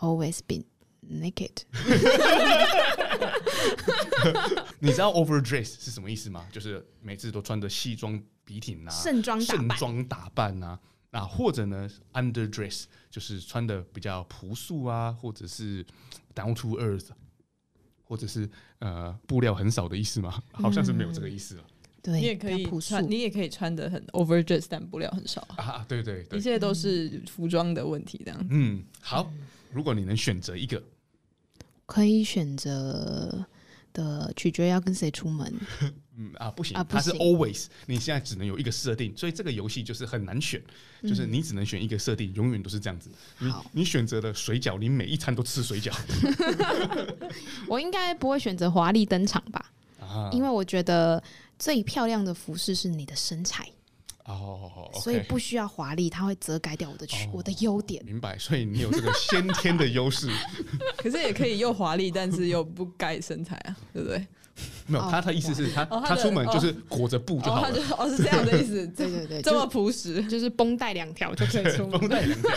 C: Always been naked，
B: 啊你知道 overdress 是什么意思吗？就是每次都穿着西装笔挺啊，
C: 盛装打
B: 盛
C: 扮，
B: 装打扮啊，啊，或者呢，underdress 就是穿的比较朴素啊，或者是 down to earth，或者是呃布料很少的意思吗？好像是没有这个意思了、啊
C: 对，
D: 你也可
C: 比
D: 以
C: 较朴素
D: 穿，。你也可以穿的很 overdress，但布料很少。
C: 嗯
B: 啊，对对
D: 一
B: 对，
D: 切都是服装的问题，这样。
B: 嗯，好，如果你能选择一个，
C: 可以选择的取决于要跟谁出门。
B: 嗯啊，不行，
C: 啊不
B: 它是
C: 行
B: always，你现在只能有一个设定，所以这个游戏就是很难选，就是你只能选一个设定，永远都是这样子。你
C: 好
B: 你选择的水饺，你每一餐都吃水饺
C: 我应该不会选择华丽登场吧，
B: 啊，
C: 因为我觉得最漂亮的服饰是你的身材。
B: 哦，
C: 所以不需要华丽，它会遮盖掉我的缺、
B: 哦
C: 我的优点。
B: 明白，所以你有这个先天的优势，
D: 可是也可以又华丽，但是又不盖身材啊， 对不对？
B: 没有
C: 哦
B: 他他意思是他
D: 哦他
B: 他
D: 的
B: 出门
D: 哦
B: 就是裹着布就
D: 哦，
B: 好
D: 他就
B: 了，
D: 哦是这样的 意思，
C: 对对对，
D: 这么
C: 就
D: 朴实
C: 是。就是绷带两条就可以出 门。
B: 绷带两条，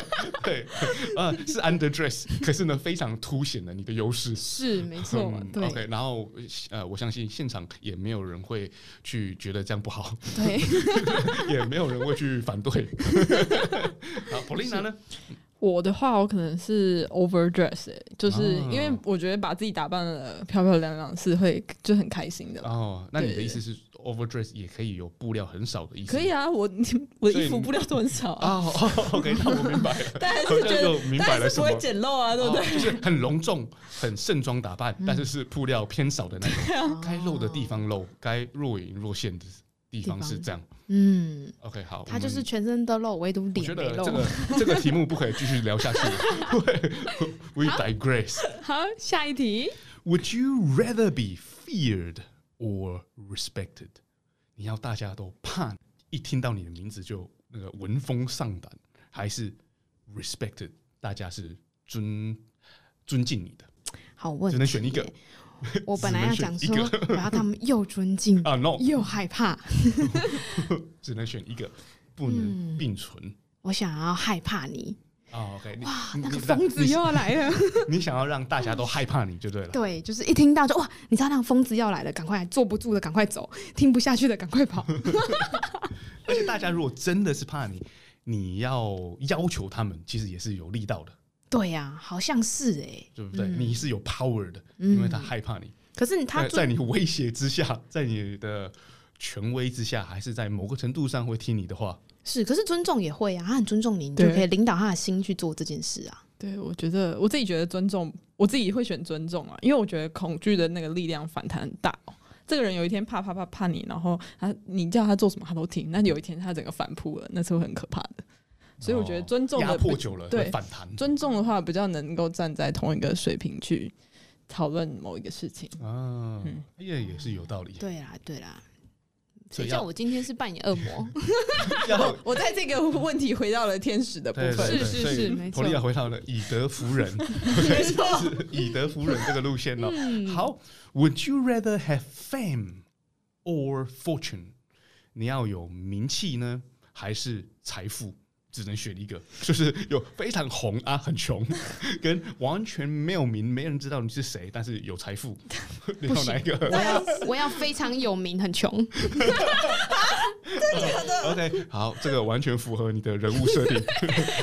B: 对， 呃是 under dress，可是呢非常凸显了你的优势。
C: 是没错，
B: 嗯
C: 对、
B: ，OK，然后呃，我相信现场也没有人会去觉得这样不好，
C: 对。
B: 也没有人会去反对。 好，Polina 呢？
D: 我的话，我可能是 overdress，、欸、就是
B: 哦
D: 因为我觉得把自己打扮的漂漂亮亮是会就很开心的。
B: 哦，那你的
D: 对
B: 意思是 overdress 也可以有布料很少的意思？
D: 可以啊，我我
B: 所以
D: 衣服布料都很少啊，
B: 哦哦，OK，那我明白了，
D: 但还是
B: 好像
D: 觉
B: 就
D: 得
B: 明白
D: 但
B: 了
D: 还
B: 什
D: 是
B: 么
D: 不。会简陋啊， 对不嗯对？
B: 哦就是很隆重、很盛装打扮，但是是布料偏少的那
D: 啊
B: 种，该露的地方露，该若隐若现的地方是这样。
C: 嗯，
D: 啊
B: OK，好，我
C: 他
B: 们
C: 就是全身都露，唯独
B: 我
C: 脸
B: 觉
C: 没
B: 得
C: 露。
B: 这个这个题目不可以继续聊下去 了。对 We digress.
C: 好，下一题。
B: Would you rather be feared or respected？你要大家都怕，一听到你的名字就那个闻风丧胆，还是 respected？大家是尊尊敬你的，
C: 好问，
B: 只能选一个。
C: 我本来要
B: 只
C: 讲
B: 能选
C: 说
B: 一个，
C: 我要他们又 尊敬
B: 啊、n o
C: 又害怕，
B: 只能选一个，不能并存。
C: 我想要害怕你。
B: 啊、o k 你
C: 嗯哇，
B: 你
C: 那个
B: 你让
C: 疯子
B: 你
C: 又要来 了。
B: 你想要让大家都害怕你就对了。
C: 对，就是一听到就哇，你知道那个疯子要来了，赶快坐不住的赶快走，听不下去的赶快 跑。
B: 而且大家如果真的是怕你，你要要求他们，其实也是有力道的，
C: 对呀、好像是哎、
B: 对不对？
C: 嗯
B: 你是有 power 的，
C: 嗯
B: 因为他害怕你，
C: 可是他
B: 在
C: 尊
B: 在你威胁之下，在你的权威之下，还是在某个程度上会听你的话。
C: 是，可是尊重也会啊，他很尊重你，你就
D: 对
C: 可以领导他的心去做这件事啊。
D: 对，我觉得我自己觉得尊重，我自己会选尊重啊，因为我觉得恐惧的那个力量反弹很大、哦。这个人有一天怕怕怕怕你，然后他你叫他做什么他都听，那有一天他整个反扑了，那是会很可怕的。所以我觉得尊重
B: 哦压
D: 的
B: 迫
D: 比、
B: 久了
D: 对
B: 会反弹
D: 尊重的话，比较能够站在同一个水平去讨论某一个事情。
B: 啊
D: 嗯，
B: 也也是有道理。
C: 对啦，对啦，
B: 所
C: 谁
B: 以
C: 叫
B: 要
C: 我今天是扮演恶魔？
B: 要
D: 我在这个问题回到了天使的部
B: 哦对
D: 分，
B: 对对，
C: 是
B: 所以
C: 是没错
B: Polina 回到了以德服人，
D: 没错。
B: 是以德服人这个路线哦。
C: 嗯
D: 嗯
B: 好，Would you rather have fame or fortune？你要有名气呢，还是财富？只能选一个，就是有非常红啊，很穷， 跟完全没有名，没人知道你是谁，但是有财 富，你要哪一个？
C: 我要我要非常有名，很穷。
B: OK，好，这个完全符合你的人物设定，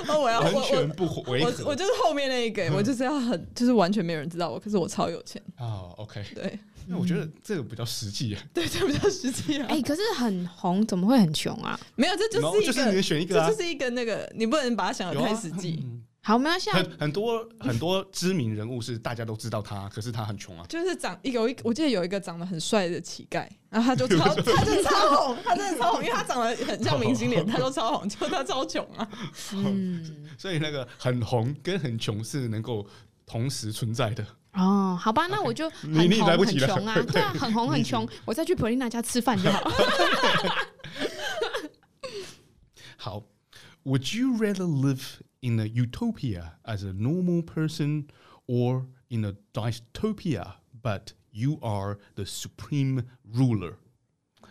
D: 哦，我要我
B: 完全
D: 我
B: 不违
D: 我
B: 和
D: 我就是后面那一个，我就是要很就是完全没有人知道我，可是我超有钱。
B: 啊。OK，
D: 对，
B: 那我觉得这个比较实际耶，啊
D: 对，这比较实际啊。
C: 哎、可是很红，怎么会很穷啊？
D: 没有，这就
B: 然
D: 是
B: 后
D: 一个，
B: 就是你的选一个啊
D: 这就是一个那个，你不能把它想的
B: 有啊
D: 太实 际。
B: 嗯
C: 好，没关系啊。
B: 很很多很多知名人物是大家都知道他，可是他很穷啊。
D: 就是长有一，我记得有一个长得很帅的乞丐，然后 他就超，他就超红，他真的超红，因为他长得很像明星脸，他就超红，就他超穷啊。
C: 嗯，
B: 所以那个很红跟很穷是能够同时存在的。
C: 哦，好吧，那我就很
B: 你你
C: 红
B: 来不
C: 很
B: 及了嗯
C: 穷啊， 对啊，很红很穷，我再去普利娜家吃饭就好。
B: 好，Would you rather live in a utopia as a normal person or in a dystopia but you are the supreme ruler？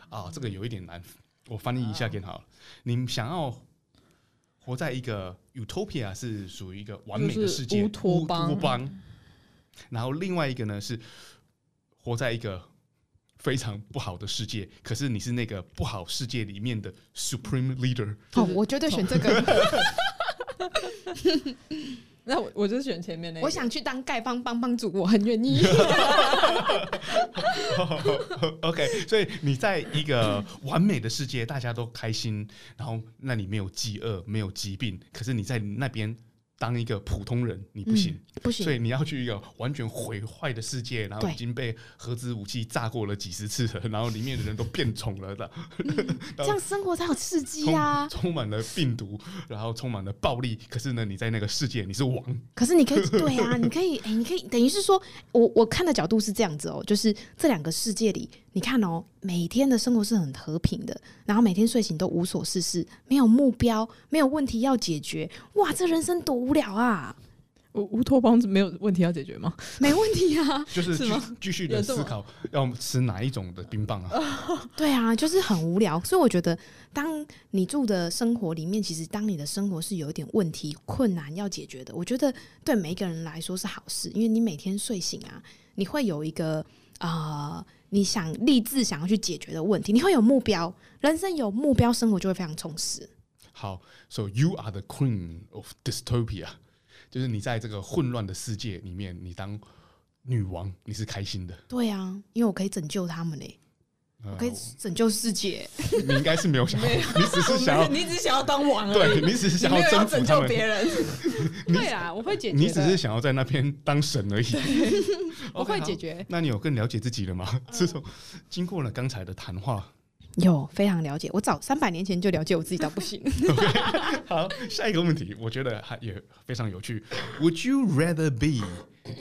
B: 啊，这个有一点难，我翻译一下给你好了。你想要活在一个 utopia 是属于一个完美的世界，
D: 就是乌托邦
B: 乌托邦。然后另外一个呢是活在一个非常不好的世界，可是你是那个不好世界里面的 supreme leader。
C: 哦，我绝对选这 个，
D: 那我我就选前面那个，
C: 我想去当丐帮帮帮主，我很 愿意。
B: OK，所以你在一个完美的世界，大家都开心，然后那里没有饥饿，没有疾病，可是你在那边当一个普通人，你不
D: 嗯
B: 行。
C: 不
B: 所
C: 行，
B: 以你要去一个完全毁坏的世界，然后
C: 对
B: 已经被核子武器炸过了几十次了，然后里面的人都变种了 的，
C: 这样生活才有刺激啊
B: 充、
C: 呀。
B: 充满了病毒，然后充满了暴力。可是呢，你在那个世界你是王，
C: 可 是你可以，对啊，你可以，哎、你可以，等于是说我我看的角度是这样子哦，就是这两个世界里，你看哦，每天的生活是很和平的，然后每天睡醒都无所事事，没有目标，没有问题要解决，哇，这人生多无聊啊！
D: 乌乌托邦没有问题要解决吗？
C: 没问题啊，
B: 就是
D: 是
B: 继
D: 吗
B: 继续的
D: 有这么
B: 思考要吃哪一种的冰棒啊？
C: 对啊，就是很无聊。所以我觉得，当你住的生活里面，其实当你的生活是有一点问题、困难要解决的，我觉得对每一个人来说是好事，因为你每天睡醒啊，你会有一个呃，你想立志想要去解决的问题，你会有目标，人生有目标，生活就会非常充实。
B: 好，So you are the queen of dystopia，就是你在这个混乱的世界里面，你当女王，你是开心的。
C: 对啊，因为我可以拯救他们嘞，
B: 呃
C: 我可以拯救世界。
B: 你应该是没有想要， 你只是想要，
D: 你只想要当王而已，
B: 对你只是
D: 你
B: 想
D: 没有
B: 征
D: 要
B: 服
D: 拯
B: 他
D: 救
B: 们，
D: 别人。 对啊，我会解决的，
B: 你只是想要在那边当神而已。
D: 我
B: OK，
D: 会解
B: 好。
D: 决。嗯
B: 那你有更了解自己了吗？自从经过了刚才的谈话，
C: 有非常了解，我早三百年前就了解我自己到 不行。
B: 好，下一个问题，我觉得还也非常有趣。Would you rather be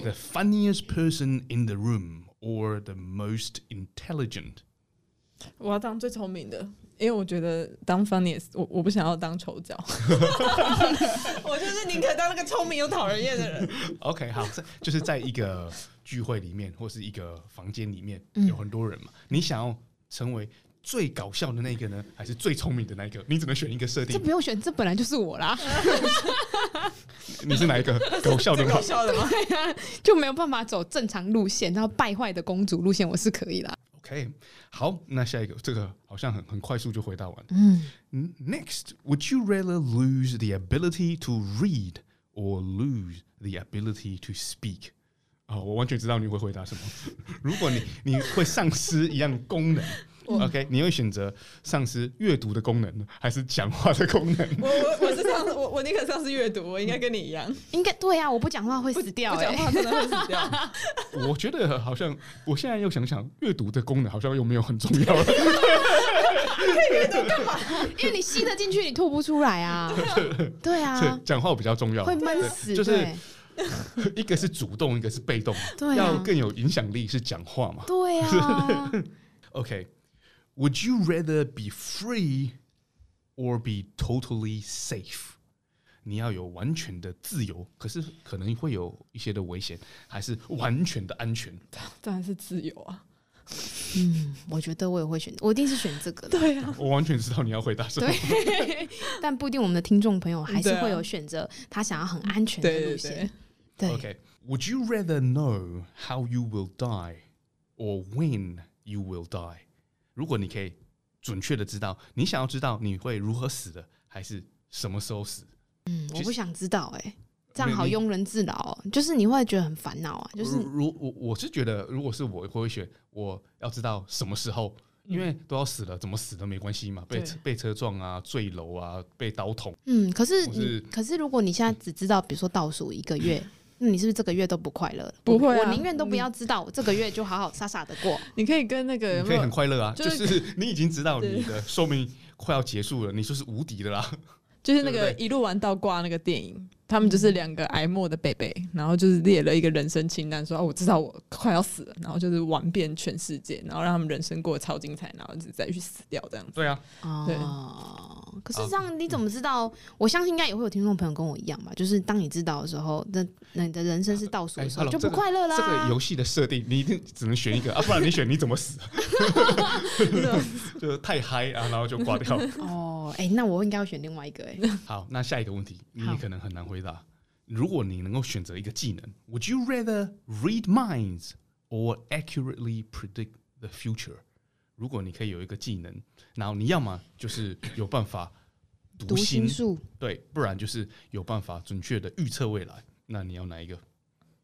B: the funniest person in the room or the most intelligent？
D: 我要当最聪明的，因为我觉得当 funniest，我我不想要当丑角， 我就是宁可当那个聪明又讨人厌 的人。
B: OK，好，在就是在一个聚会里面或是一个房间里面，
C: 嗯
B: 有很多人嘛，你想要成为最搞笑的那一个呢，还是最聪明的那一个？你只能选一个设
C: 这
B: 定
C: 不，用选，这本来就是我啦。
B: 你是哪一个？搞笑的
D: 最
B: 吗
D: 搞？笑的吗？
C: 对啊， 就没有办法走正常路线，然后败坏的公主路线我是可以啦。
B: OK，好，那下一个，这个好像很很快速就回答完。
C: 嗯，
B: 嗯 Next, would you rather lose the ability to read or lose the ability to speak？啊、我完全知道你会回答什么。 如果你你会丧失一样功 能，OK，你会选择丧失阅读的功能还是讲话的功能？
D: 我我我是上我我宁可上次阅读，我应该跟你一样，
C: 应该对啊，我不讲话会死掉、
D: 不讲
C: 欸。
D: 话真的会死掉。
B: 我觉得好像，我现在又想想，阅读的功能好像又没有很重要了。
C: 因为你吸得进去，你吐不出来啊。 对
B: 对
C: 啊，，
B: 讲话比较重要。
C: 会闷死。
B: 就是
C: 对
B: 一个是主动，一个是被动，
C: 对
B: 要
C: 啊，
B: 更有影响力是讲话嘛。
C: 对啊，
B: Okay. Would you rather be free or be totally safe？你要有完全的自由，可是可能会有一些的危险，还是完全的安全？
D: 当然是自由啊，
C: 嗯，我觉得我也会选，我一定是选这个的。
D: 对啊，
B: 我完全知道你要回答什么。
C: 对， 但不一定我们的听众朋友还是
D: 对啊
C: 会有选择他想要很安全的
D: 对
C: 路
D: 对
C: 线
D: 对。，
C: 对
B: Okay. Would you rather know how you will die or when you will die？如果你可以准确的知道，你想要知道你会如何死的，还是什么时候死？
C: 嗯，
B: 其
C: 我
B: 实
C: 不想知道哎、这样好
B: 没你
C: 庸人自扰哦、就是你会觉得很烦恼啊，就是
B: 如如我我是觉得，如果是我，我会选我要知道什么时候，因为都要死了，怎么死都没关系嘛，被
D: 嗯对
B: 车被车撞啊，坠楼啊，被刀捅，
C: 嗯，可是
B: 我
C: 你，
B: 是
C: 可是如果你现在只知道，比如说倒数一 个月，那你是不是这个月都不快乐了？
D: 不会啊
C: 我宁愿都不要知道，我这个月就好好傻傻的 过。
D: 你可以跟那个
B: 你
D: 有
B: 可
D: 没
B: 以
D: 有
B: 很快乐啊，就
D: 就是
B: 是你已经知道你的寿命快要结束了，你就是无敌的啦。
D: 就是那个
B: 对不
D: 一路玩到挂那个电影，他们就是两个挨骂的贝贝，然后就是列了一个人生清单，说哦，我知道我快要死了，然后就是玩遍全世界，然后让他们人生过得超精彩，然后就再去死掉这样子。
B: 对啊，
C: 哦，可是这样
B: 嗯
C: 你怎么知道？我相信应该也会有听众朋友跟我一样吧，就是当你知道的时候，那那你的人生是倒数的时候、
B: 哎，hello，
C: 就不快乐啦。
B: 这个游戏的设定你一定只能选一个啊，不然你选你怎么 死？
D: 啊
B: 就是太嗨啊，然后就挂掉。
C: 哦，哎、那我应该要选另外一 个哎、
B: 好，那下一个问题，你
C: 好
B: 可能很难回答。如果你能够选择一个技能，Would you rather read minds or accurately predict the future？如果你可以有一个技能，然后你要么就是有办法读
C: 读
B: 心
C: 心，术，
B: 对，不然就是有办法准确的预测未来。那你要哪一个？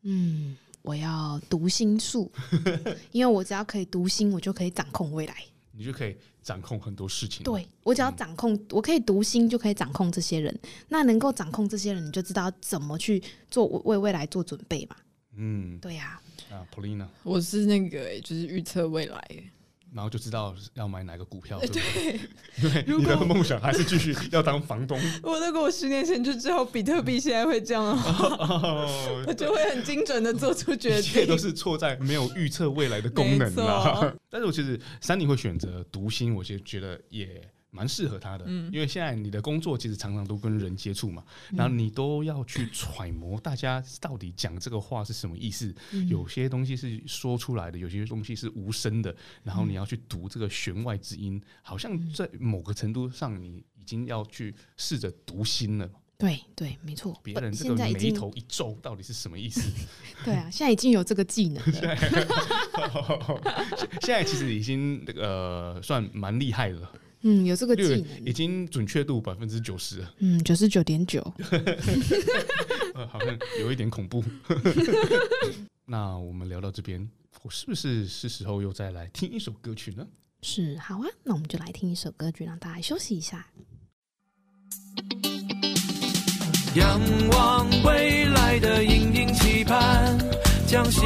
C: 嗯，我要读心术， 因为我只要可以读心，我就可以掌控未来。
B: 你就可以掌控很多事情。，啊
C: 对
B: 嗯
C: 我只要掌控，我可以读心就可以掌控这些人。那能够掌控这些人，你就知道怎么去做为未来做准备嘛。
B: 嗯，
C: 对呀、
B: 啊，Polina，
D: 我是那个、欸就是预测未来、欸
B: 然后就知道要买哪个股票，对不对？因为你的梦想还是继续要当房 东。
D: 我如果我十年前就知道比特币现在会这样 的话，
B: 哦
D: 我就会很精准的做出决
B: 一切
D: 定
B: 都。是错在没有预测未来的功能
D: 没
B: 啦
D: 错。
B: 但是我其实三林会选择读心，我其实觉得也蛮适合他的，
C: 嗯
B: 因为现在你的工作其实常常都跟人接触嘛，然后你都要去揣摩大家到底讲这个话是什么意思，
C: 嗯
B: 有些东西是说出来的，有些东西是无声的，然
C: 嗯
B: 后你要去读这个弦外之音，好像在某个程度上你已经要去试着读心了。
C: 对对，没错。
B: 别
C: 不
B: 人这
C: 现
B: 个
C: 在已
B: 眉
C: 经
B: 头一皱，到底是什么意思？
C: 对啊，现在已经有这个技 能了。
B: 现 现在其实已经那个呃算蛮厉害了，
C: 嗯，有这个技
B: 略已
C: 能。
B: 经准确度百分之九十，
C: 嗯，九十九点九。
B: 呃，好像有一点恐怖。 那我们聊到这边，我是不是是时候又再来听一首歌曲呢？
C: 是，好啊，那我们就来听一首歌曲，让大家休息一下。
A: 仰望未来的隐隐期盼，将希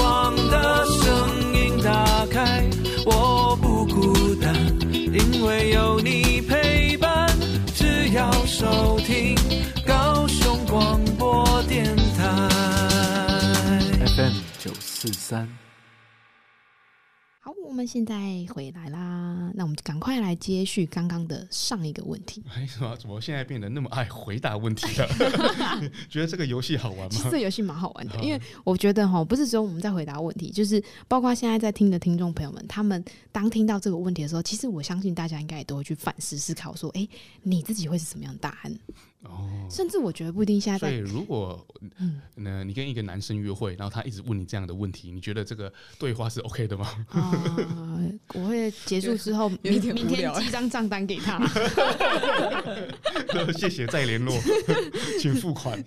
A: 望的声音打开。我不孤单，因为有你陪伴。只要收听高雄广播电台 FM 九四三。
C: 好，我们现在回来啦，那我们就赶快来接续刚刚的上一个问题。
B: 哎，怎么怎么现在变得那么爱回答问题了？ 觉得这个游戏好玩
C: 其实
B: 吗？
C: 这游戏蛮好玩的，
B: 好
D: 嗯
C: 因为我觉得哈，不是只有我们在回答问题，就是包括现在在听的听众朋友们，他们当听到这个问题的时候，其实我相信大家应该也都会去反思思考，说，哎、你自己会是什么样的答
D: 嗯
C: 案？
B: 哦，
C: 甚至我觉得不一定现在
B: 所以
C: 在，
B: 如果
C: 嗯，
B: 呢，你跟一个男生约会，然后他一直问你这样的问题，你觉得这个对话是 OK 的吗？
C: 啊，我会结束之后，
D: 有
C: 明
D: 有点
C: 明
D: 无
C: 天
D: 聊
C: 寄张账单给他。
B: 谢谢，再联络， 请付款。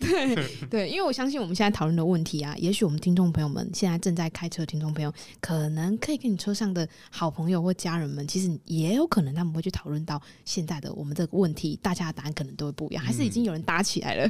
C: 对，因为我相信我们现在讨论的问题啊，也许我们听众朋友们现在正在开车，的听众朋友可能可以跟你车上的好朋友或家人们，其实也有可能他们会去讨论到现在的我们这个问题，大家的答案可能都会不一样，还是
B: 嗯
C: 已经有人打起来了。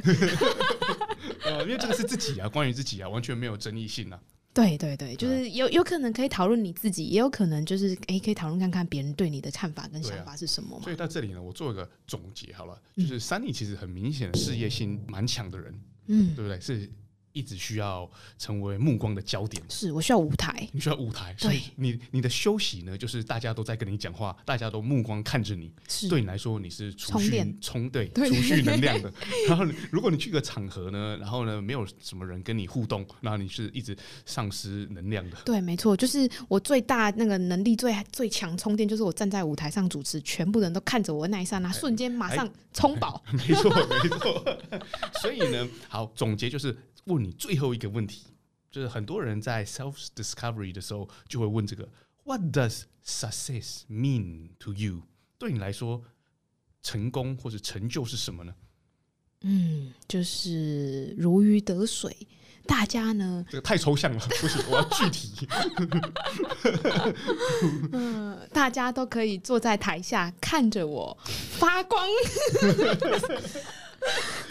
B: 呃，因为这个是自己啊，关于自己啊，完全没有争议性啊。
C: 对对对，就是有有可能可以讨论你自己，也有可能就是诶可以讨论看看别人对你的看法跟
B: 对啊
C: 想法是什么嘛
B: 所。以到这里呢，我做一个总结好了，就是三妮其实很明显的事业心蛮强的人，
C: 嗯，
B: 对不对？是一直需要成为目光的焦点。
C: 是我需要舞台。
B: 你需要舞台，
C: 对
B: 所以你你的休息呢，就是大家都在跟你讲话，大家都目光看着你，
C: 是
B: 对你来说你是储
C: 嗯充
B: 蓄
C: 电
B: 充 对
D: 对
B: 储蓄能量的。然后如果你去个场合呢，然后呢没有什么人跟你互动，然后你是一直丧失能量的。
C: 对，没错，就是我最大那个能力最最强充电，就是我站在舞台上主持，全部人都看着我的那一刹那，瞬间马上充饱。
B: 没错，没错。所以呢，好，总结就是问你最后一个问题，就是很多人在 self discovery 的时候就会问这个：What does success mean to you？对你来说，成功或者成就是什么呢？
C: 嗯，就是如鱼得水。大家呢，
B: 这个太抽象了， 不行，我要具体。
C: 嗯、大家都可以坐在台下看着我发光。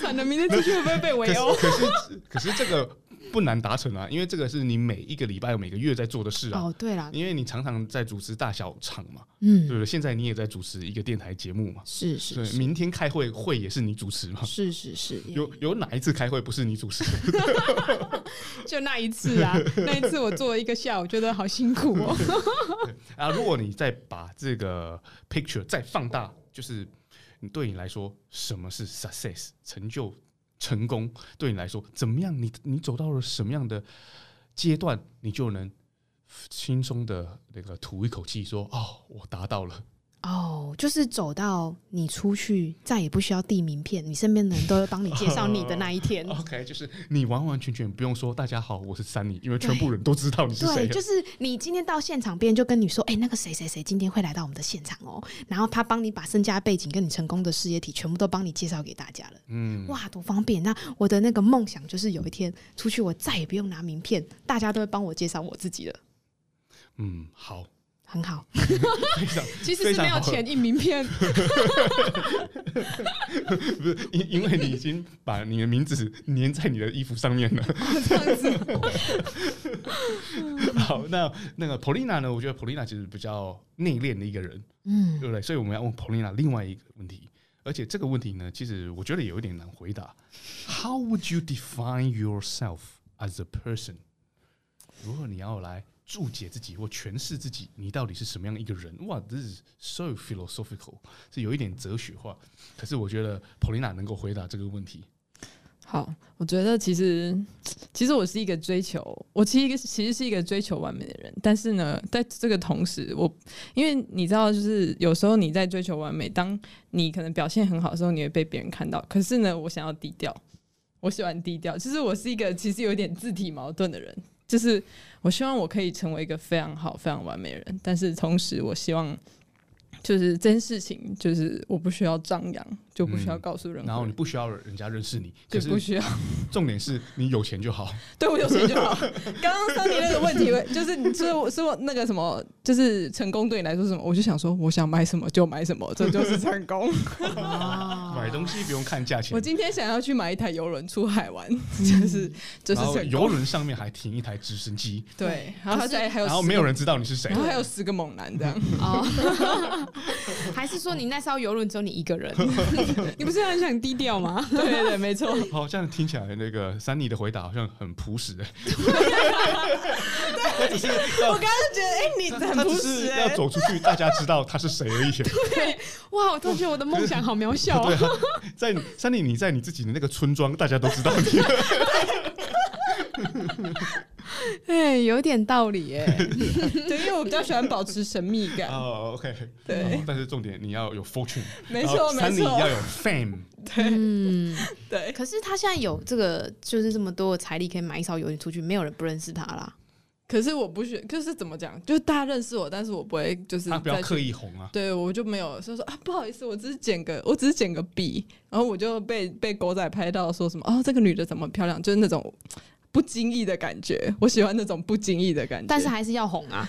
D: 惨了，明天出去会不会被
B: 可
D: 围
B: 是
D: 殴？
B: 可是可是这个不难达成啊，因为这个是你每一个礼拜、每个月在做的事啊。
C: 哦，对了，
B: 因为你常常在主持大小场嘛，对
C: 嗯，
B: 不对？现在你也在主持一个电台节目嘛，
C: 是
B: 对
C: 是，是
B: 明天开会会也是你主持嘛？
C: 是是是，
B: 有有哪一次开会不是你主持？
D: 就那一次啊，那一次我做了一个下午，觉得好辛苦哦。
B: 啊，如果你再把这个 picture 再放大，就是你对你来说，什么是 success 成就成功？对你来说，怎么样？你你走到了什么样的阶段，你就能轻松的那个吐一口气说，哦，我达到了。
C: 哦，就是走到你出去再也不需要递名片，你身边的人都会帮你介绍你的那 一天。
B: OK，就是你完完全全不用说大家好，我是三妮，因为全部人都知道你是谁啊
C: 对，
B: 了
C: 就。是你今天到现场，别人就跟你说：“哎、那个谁谁谁今天会来到我们的现场哦。” 然后他帮你把身家背景跟你成功的事业体全部都帮你介绍给大家了。
B: 嗯，
C: 哇，多方便！那我的那个梦想就是有一天出去，我再也不用拿名片，大家都会帮我介绍我自己了。
B: 嗯，好，
C: 很好，
B: 非常
C: 其实
B: 非
C: 是
B: 常
C: 没有
B: 好
C: 钱印名片，
B: 不是 因因为你已经把你的名字粘在你的衣服上面了。
D: 这样子，
B: 好，那那个 Polina 呢？我觉得 Polina 其实比较内敛的一个人，
C: 嗯
B: 对不对？所以我们要问 Polina 另外一个问题，而且这个问题呢，其实我觉得有一点难回答。How would you define yourself as a person？如果你要来注解自己或诠释自己，你到底是什么样一个人？哇，this is so philosophical，是有一点哲学化。可是我觉得 Polina 能够回答这个问题。
D: 好，我觉得其实其实我是一个追求，我其实一个其实是一个追求完美的人，但是呢，在这个同时，我因为你知道，就是有时候你在追求完美，当你可能表现很好的时候，你会被别人看到。可是呢，我想要低调，我喜欢低调。其实我是一个其实有点自体矛盾的人，就是我希望我可以成为一个非常好、非常完美的人，但是同时我希望。就是这件事情，就是我不需要张扬，就不需要
B: 嗯
D: 告诉任何人，
B: 然后你不需要人家认识你，可
D: 就是不需要
B: 重点是你有钱就好。
D: 对我有钱就 好。刚刚桑尼那个问题， 就是你是我是我那个什么，就是成功对你来说是什么？我就想说，我想买什么就买什么，这就是成功。
B: 买东西不用看价钱
D: 哦我，今天想要去买一台游轮出海玩， 就是就
B: 嗯
D: 是
B: 然后
D: 成
B: 游
D: 功。
B: 轮上面还停一台直升机，
D: 对，然后
C: 可是
D: 再还有
B: 然后
D: 十个
B: 没有人，知道你是谁
D: 然。后还有十个猛男这 样。
C: 哦，还是说你那艘游轮只有你一个 人？
D: 你不是很想低调吗？对对对，没错。
B: 好，哦这样听起来那个珊妮的回答好像很朴 实、欸。他只是
D: 我
B: 要
D: 刚刚就觉得，哎，你
B: 他
D: 很
B: 只
D: 朴
B: 是
D: 实
B: 要
D: 哎。
B: 走出去，大家知道他是谁而已。
C: 哇，我突然觉得我的梦想好渺小
B: 对
C: 啊！
B: 啊，在你珊妮你在你自己的那个村庄，大家都知道 你。
C: 哎，有点道理哎。
D: 对，因为我比较喜欢保持神秘 感。
B: 哦，OK，
D: 对
B: 好但是重点你要有 fortune，
D: 没错
B: 然后珊妮
D: 没错
B: 要有 fame。
D: 对
C: 嗯，
D: 对，
C: 可是他现在有这个，就是这么多的财力可以买一艘游轮出去，没有人不认识他啦。
D: 可是我不选，就是怎么讲，就是大家认识我，但是我不会就是
B: 他不要
D: 再去
B: 刻意红啊，
D: 对，我就没有说说啊，不好意思，我只是剪个，我只是剪个笔，然后我就被被狗仔拍到说什么哦，这个女的怎么漂亮，就是那种不经意的感觉，我喜欢那种不经意的感觉，
C: 但是还是要红 啊，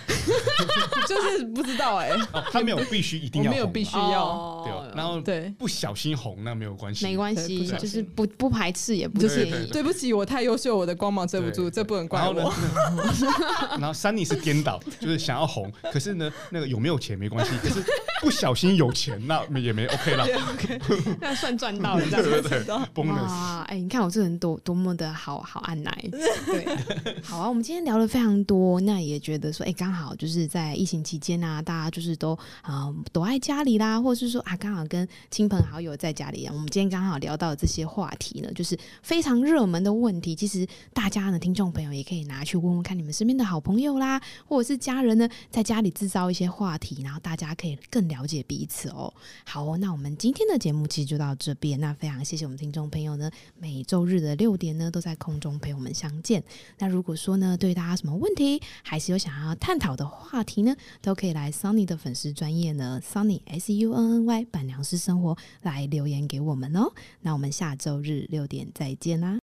D: 就是不知道哎、
B: 哦，他没有必须一定
D: 我
B: 要
D: 没有
B: 红，啊
D: 必须要，
C: 哦
B: 对吧？然后
D: 对。
B: 不小心红那没有关系，
C: 没关
D: 对
C: 系
D: 不小，心
C: 就是不不排斥也不
D: 就
C: 介
D: 是
C: 意。
D: 对不起，我太优秀，我的光芒遮不住，
B: 对
D: 这不能怪
B: 然后呢
D: 我。
B: 然后 Sunny 是颠倒，就是想要红，可是呢，那个有没有钱没关系，可是不小心有钱那也没 OK 啦。
C: 那算赚到了，这
B: 对对对，bonus。
C: 哇，哎、你看我这人多多么的好好按奶，对，好啊。我们今天聊了非常多，那也觉得说，哎、刚好就是在疫情期间啊，大家就是都啊、呃躲在家里啦，或者是说啊，刚好跟亲朋好友在家里啊。我们今天刚好聊到这些话题呢，就是非常热门的问题。其实大家呢，听众朋友也可以拿去问问看你们身边的好朋友啦，或者是家人呢，在家里制造一些话题，然后大家可以更了解彼此哦。好哦，那我们今天的节目其实就到这边。那非常谢谢我们听众朋友呢，每周日的六点呢都在空中陪我们相见。那如果说呢，对大家有什么问题，还是有想要探讨的话题呢，都可以来 Sunny 的粉丝专业呢，Sunny S U N N Y 板娘式生活来留言给我们哦。那我们下周日六点再见啦。